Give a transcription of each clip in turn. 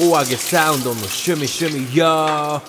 お揚げサウンドの趣味趣味よ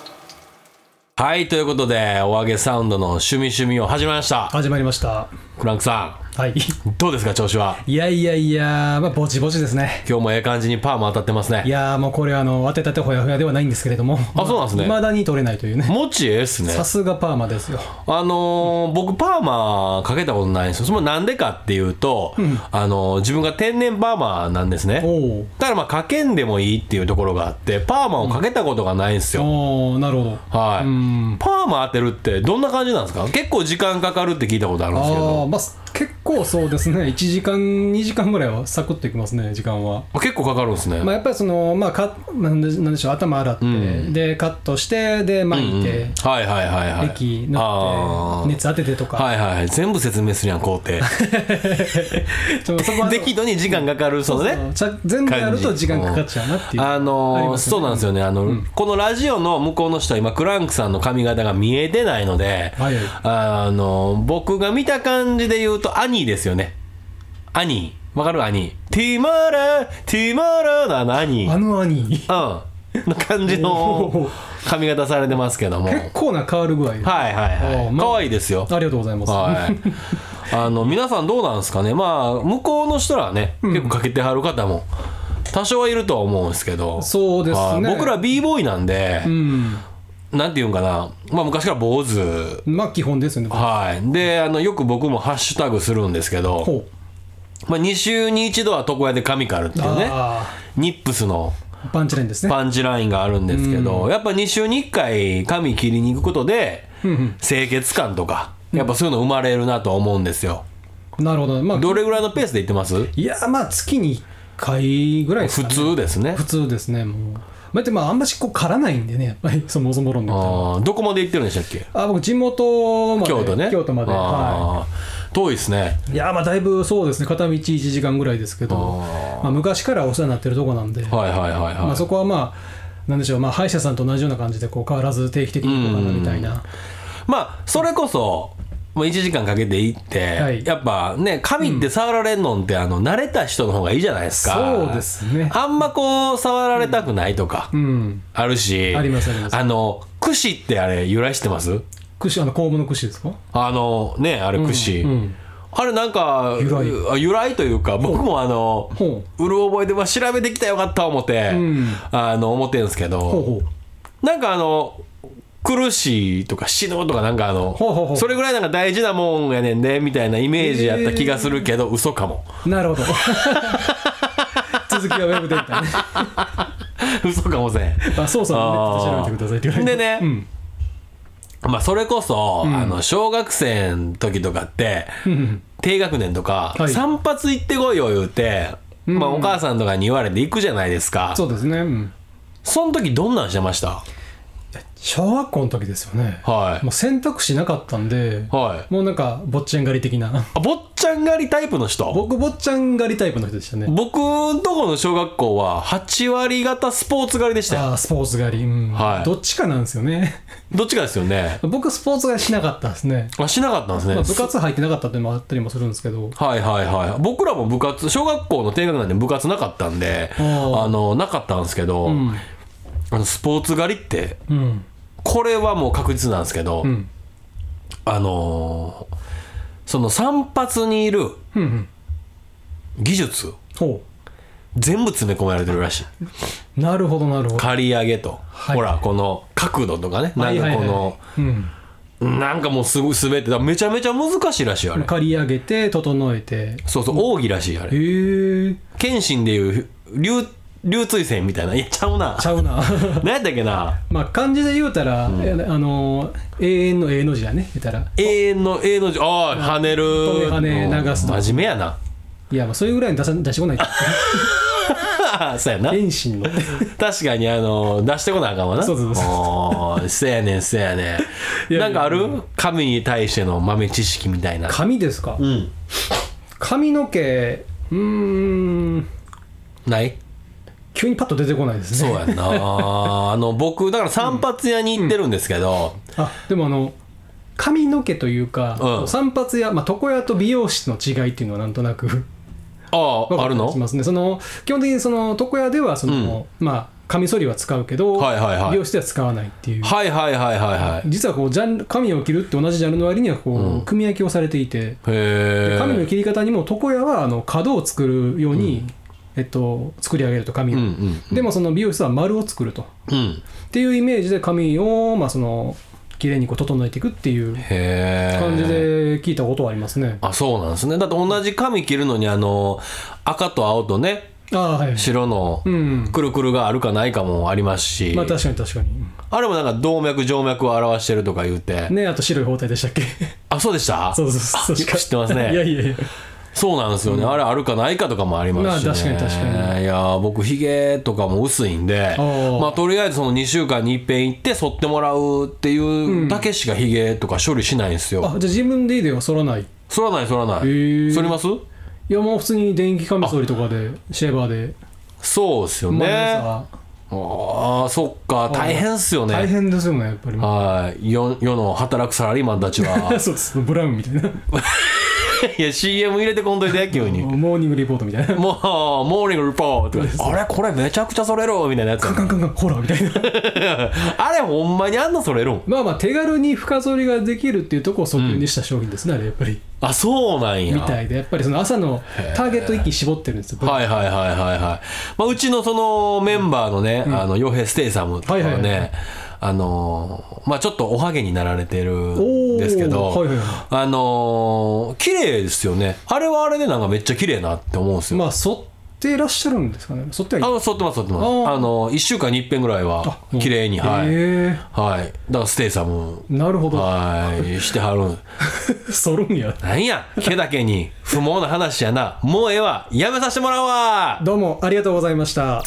はい、ということで、お揚げサウンドの趣味趣味を始めました。始まりましたクランクさはい ん、どうですか、調子はいやいやいやまあぼちぼちですね今日もええ感じにパーマ当たってますいね。やーもうこれあの当てたてほやほやではないんですけれどもあそうなんですねいまだに取れないというねもちええっすね。さすがパーマですよあのー僕パーマかけたことないんですよ。それもなんでかっていうと、あのー自分が天然パーマなんですね。おうだからまあかけんでもいいっていうところがあって、パーマをかけたことがないんですよ。おーなるほどはい、うんパーマ当てるってどんな感じなんですか結構時間かかるって聞いたことあるんですけああどまあ結構そうですね1時間2時間ぐらいはサクッといきますね時間は結構かかるんですね、まあやっぱりそのまあかなんでなんでしょう頭洗って、うんでカットしてで巻いて、うんはいはいはいはい液あ塗っーて熱当ててとか、はいはい全部説明するやん工 程ちょそこは適度に時間かかるそのねちゃ全部やると時間かかっちゃうなっていうあのーありますそようねなんですよねあの、このラジオの向こうの人は今クランクさんの髪型が見えてないので、はいあのー僕が見た感じで言うとアニーですよねアニーわかるアニーティマラティマラのあのアニーあの兄うんの感じのお髪型されてますけどもはい結構な変わる具合はいあはいはおーいまあ可愛いですよりがとうございます、はい、あの皆さんどうなんですかねまあ向こうの人らはね、結構かけてはる方も多少はいるとは思うんですけどそうですねはい僕ら b ボーイなんで、うんなんていうんかな、まあ、昔から坊主まあ基本ですよねはいであのよく僕もハッシュタグするんですけど、ほうまあ、2週に1度は床屋で髪刈るっていうねあニップスのあパンチラインですねパンチラインがあるんですけど、やっぱ2週に1回髪切りに行くことで清潔感とかやっぱそういうの生まれるなと思うんですよなるほどまあどれぐらいのペースで行ってますいやまあ月に1回ぐらいです普かね通ですね普通ですねもうまあだってまああんましこう狩らないんでねやっぱりそもそも論で言ったらあーどこまで行ってるんでしたっけあ僕地元まで京都ね京都まではあー遠いですねいいやまあだいぶそうですね片道1時間ぐらいですけどまあ、昔からお世話になってるとこなんで、はいはいはいまはあ、そこはまあなんでしょう、まあ、歯医者さんと同じような感じでこう変わらず定期的に行こうかなみたいな、いまあそれこそまあ1時間かけて行って、はいやっぱね髪って触られんのって、あの慣れた人の方がいいじゃないですかそうですねあんまこう触られたくないとか、うんあるしありますありますあの櫛ってあれ由来してます串あの肛門の串ですかあのねあれ櫛、うんあれなんか由来あ由来というか僕もあのほうる覚えで、まあ、調べてきたらよかった思って、んあの思ってるんですけどほうほうなんかあの苦しいとか死ぬとかなんかあのほうほうほうそれぐらいなんか大事なもんやねんでみたいなイメージやった気がするけど、嘘かも な るほど続きはウェブでみたいなね、嘘かもせんまあ、そうそうネットで調べてくださいって言われでてねうん、まあそれこそ、あの小学生の時とかって、ん低学年とか、はい散髪行ってこいよ言うて、まあ、お母さんとかに言われて行くじゃないですかそうですね、うんその時どんなんしてました小学校の時ですよね、はいもう選択肢なかったんで、はいもうなんか坊ちゃん狩り的なあ坊ちゃん狩りタイプの人僕坊ちゃん狩りタイプの人でしたね僕んとこの小学校は8割方スポーツ狩りでしたよああスポーツ狩り、うんはいどっちかなんですよね どっちかですよね僕スポーツ狩りしなかったですね、あしなかったんですね、まあ、部活入ってなかったっていうのもあったりもするんですけどはいはいはい僕らも部活小学校の低学年で部活なかったんであーあのなかったんですけど、うんあのスポーツ狩りってうんこれはもう確実なんですけど、うんあのーその散髪にいるうんうん技術ほ全部詰め込まれてるらしいうなるほどなるほど刈り上げと、はいほらこの角度とかねなんかこの、はいはいはいうんなんかもうすぐ全てだからめちゃめちゃ難しいらしいあれ、刈り上げて整えてそうそう奥義らしいあれへえ謙信でいう流流追戦みたいないやちゃうなちゃうな 何やったっけなまあ漢字で言うたら、えあのー永遠の永の字やね言ったら永遠の永遠の字ああ跳ねる跳ね跳ね流すと真面目やな いやまあそれぐらいに出さ出してこないとそうやな遠心の 確かにあの出してこなあかんわなそうそうそうおーせやねんせやねんいやなんかある神に対しての豆知識みたいな髪ですか、うん髪の毛うーんない急にパッと出てこないですそねうや んなあの僕だから散髪屋に行ってるんですけど、あでもあの髪の毛というか、うん散髪屋、まあ、床屋と美容室の違いっていうのはなんとなくああ分 かあるったりのしますねその基本的にその床屋ではその、まあカミソリは使うけど、はいはいはい美容室では使わないっていう、はいはいはいはいはい実はこうジャンル髪を切るって同じジャンルの割にはこう、うん組み分けをされていてへえ髪の切り方にも床屋はあの角を作るように、えっと、作り上げると髪を、うんうんでもその美容室は丸を作るとっうんていうイメージで髪をまあその綺麗にこう整えていくっていうへえ感じで聞いたことはありますね。あそうなんですねだって同じ髪切るのにあの赤と青とねああはい。白のうん。くるくるがあるかないかもありますし、まあ確かに確かに。あれもなんか動脈静脈を表してるとか言って、ねあと白い包帯でしたっけあそうでしたそうそうそう。あよく知ってますねいやいやいや。そうなんですよね、あれあるかないかとかもありますし、ね、まあ確かに確かいやー僕ひげとかも薄いんでーまあ、とりあえずその2週間に一遍行って剃ってもらうっていうだけしかひげとか処理しないんですよ、あじゃあ自分でいいでは剃らない。い剃らない剃らない、ー剃りますやもう普通に電気カミソリとかでシェーバーで。そうですよ毎ね朝ああそっか大変っすよ大ね変ですよねやっぱり。はい世世の働くサラリーマンたちは そうです。ブラウンみたいな。いや CM 入れてこんとい て急にモーニングリポートみたいな。もうモーニングリポートとかあれこれめちゃくちゃ剃れろみたいなやつカンカンカンカンホラーみたいな。あれほんまにあんのそれろまあまあ手軽に深剃りができるっていうところを訴求にした商品ですね、あれやっぱりあそうなんやみたいでやっぱりその朝のターゲット一気に絞ってるんですよ、はいはいはいはいはい、まあ、うちのそのメンバーのね、あのヨヘステイサムとかはね、はいはいはあのーまあちょっとおはげになられてるーんですけど、はいはいはあのー綺麗ですよねあれはあれでなんかめっちゃ綺麗なって思うんですよ、まあ剃ってらっしゃるんですかね剃ってはいあ剃ってます剃ってますああーの1週間に一遍ぐらいは綺麗にはい、へはいだからステイサムえなるほど、はいしてはるん 剃るんやなんや毛だけに不毛な話やなもうええわやめさせてもらうわどうもありがとうございました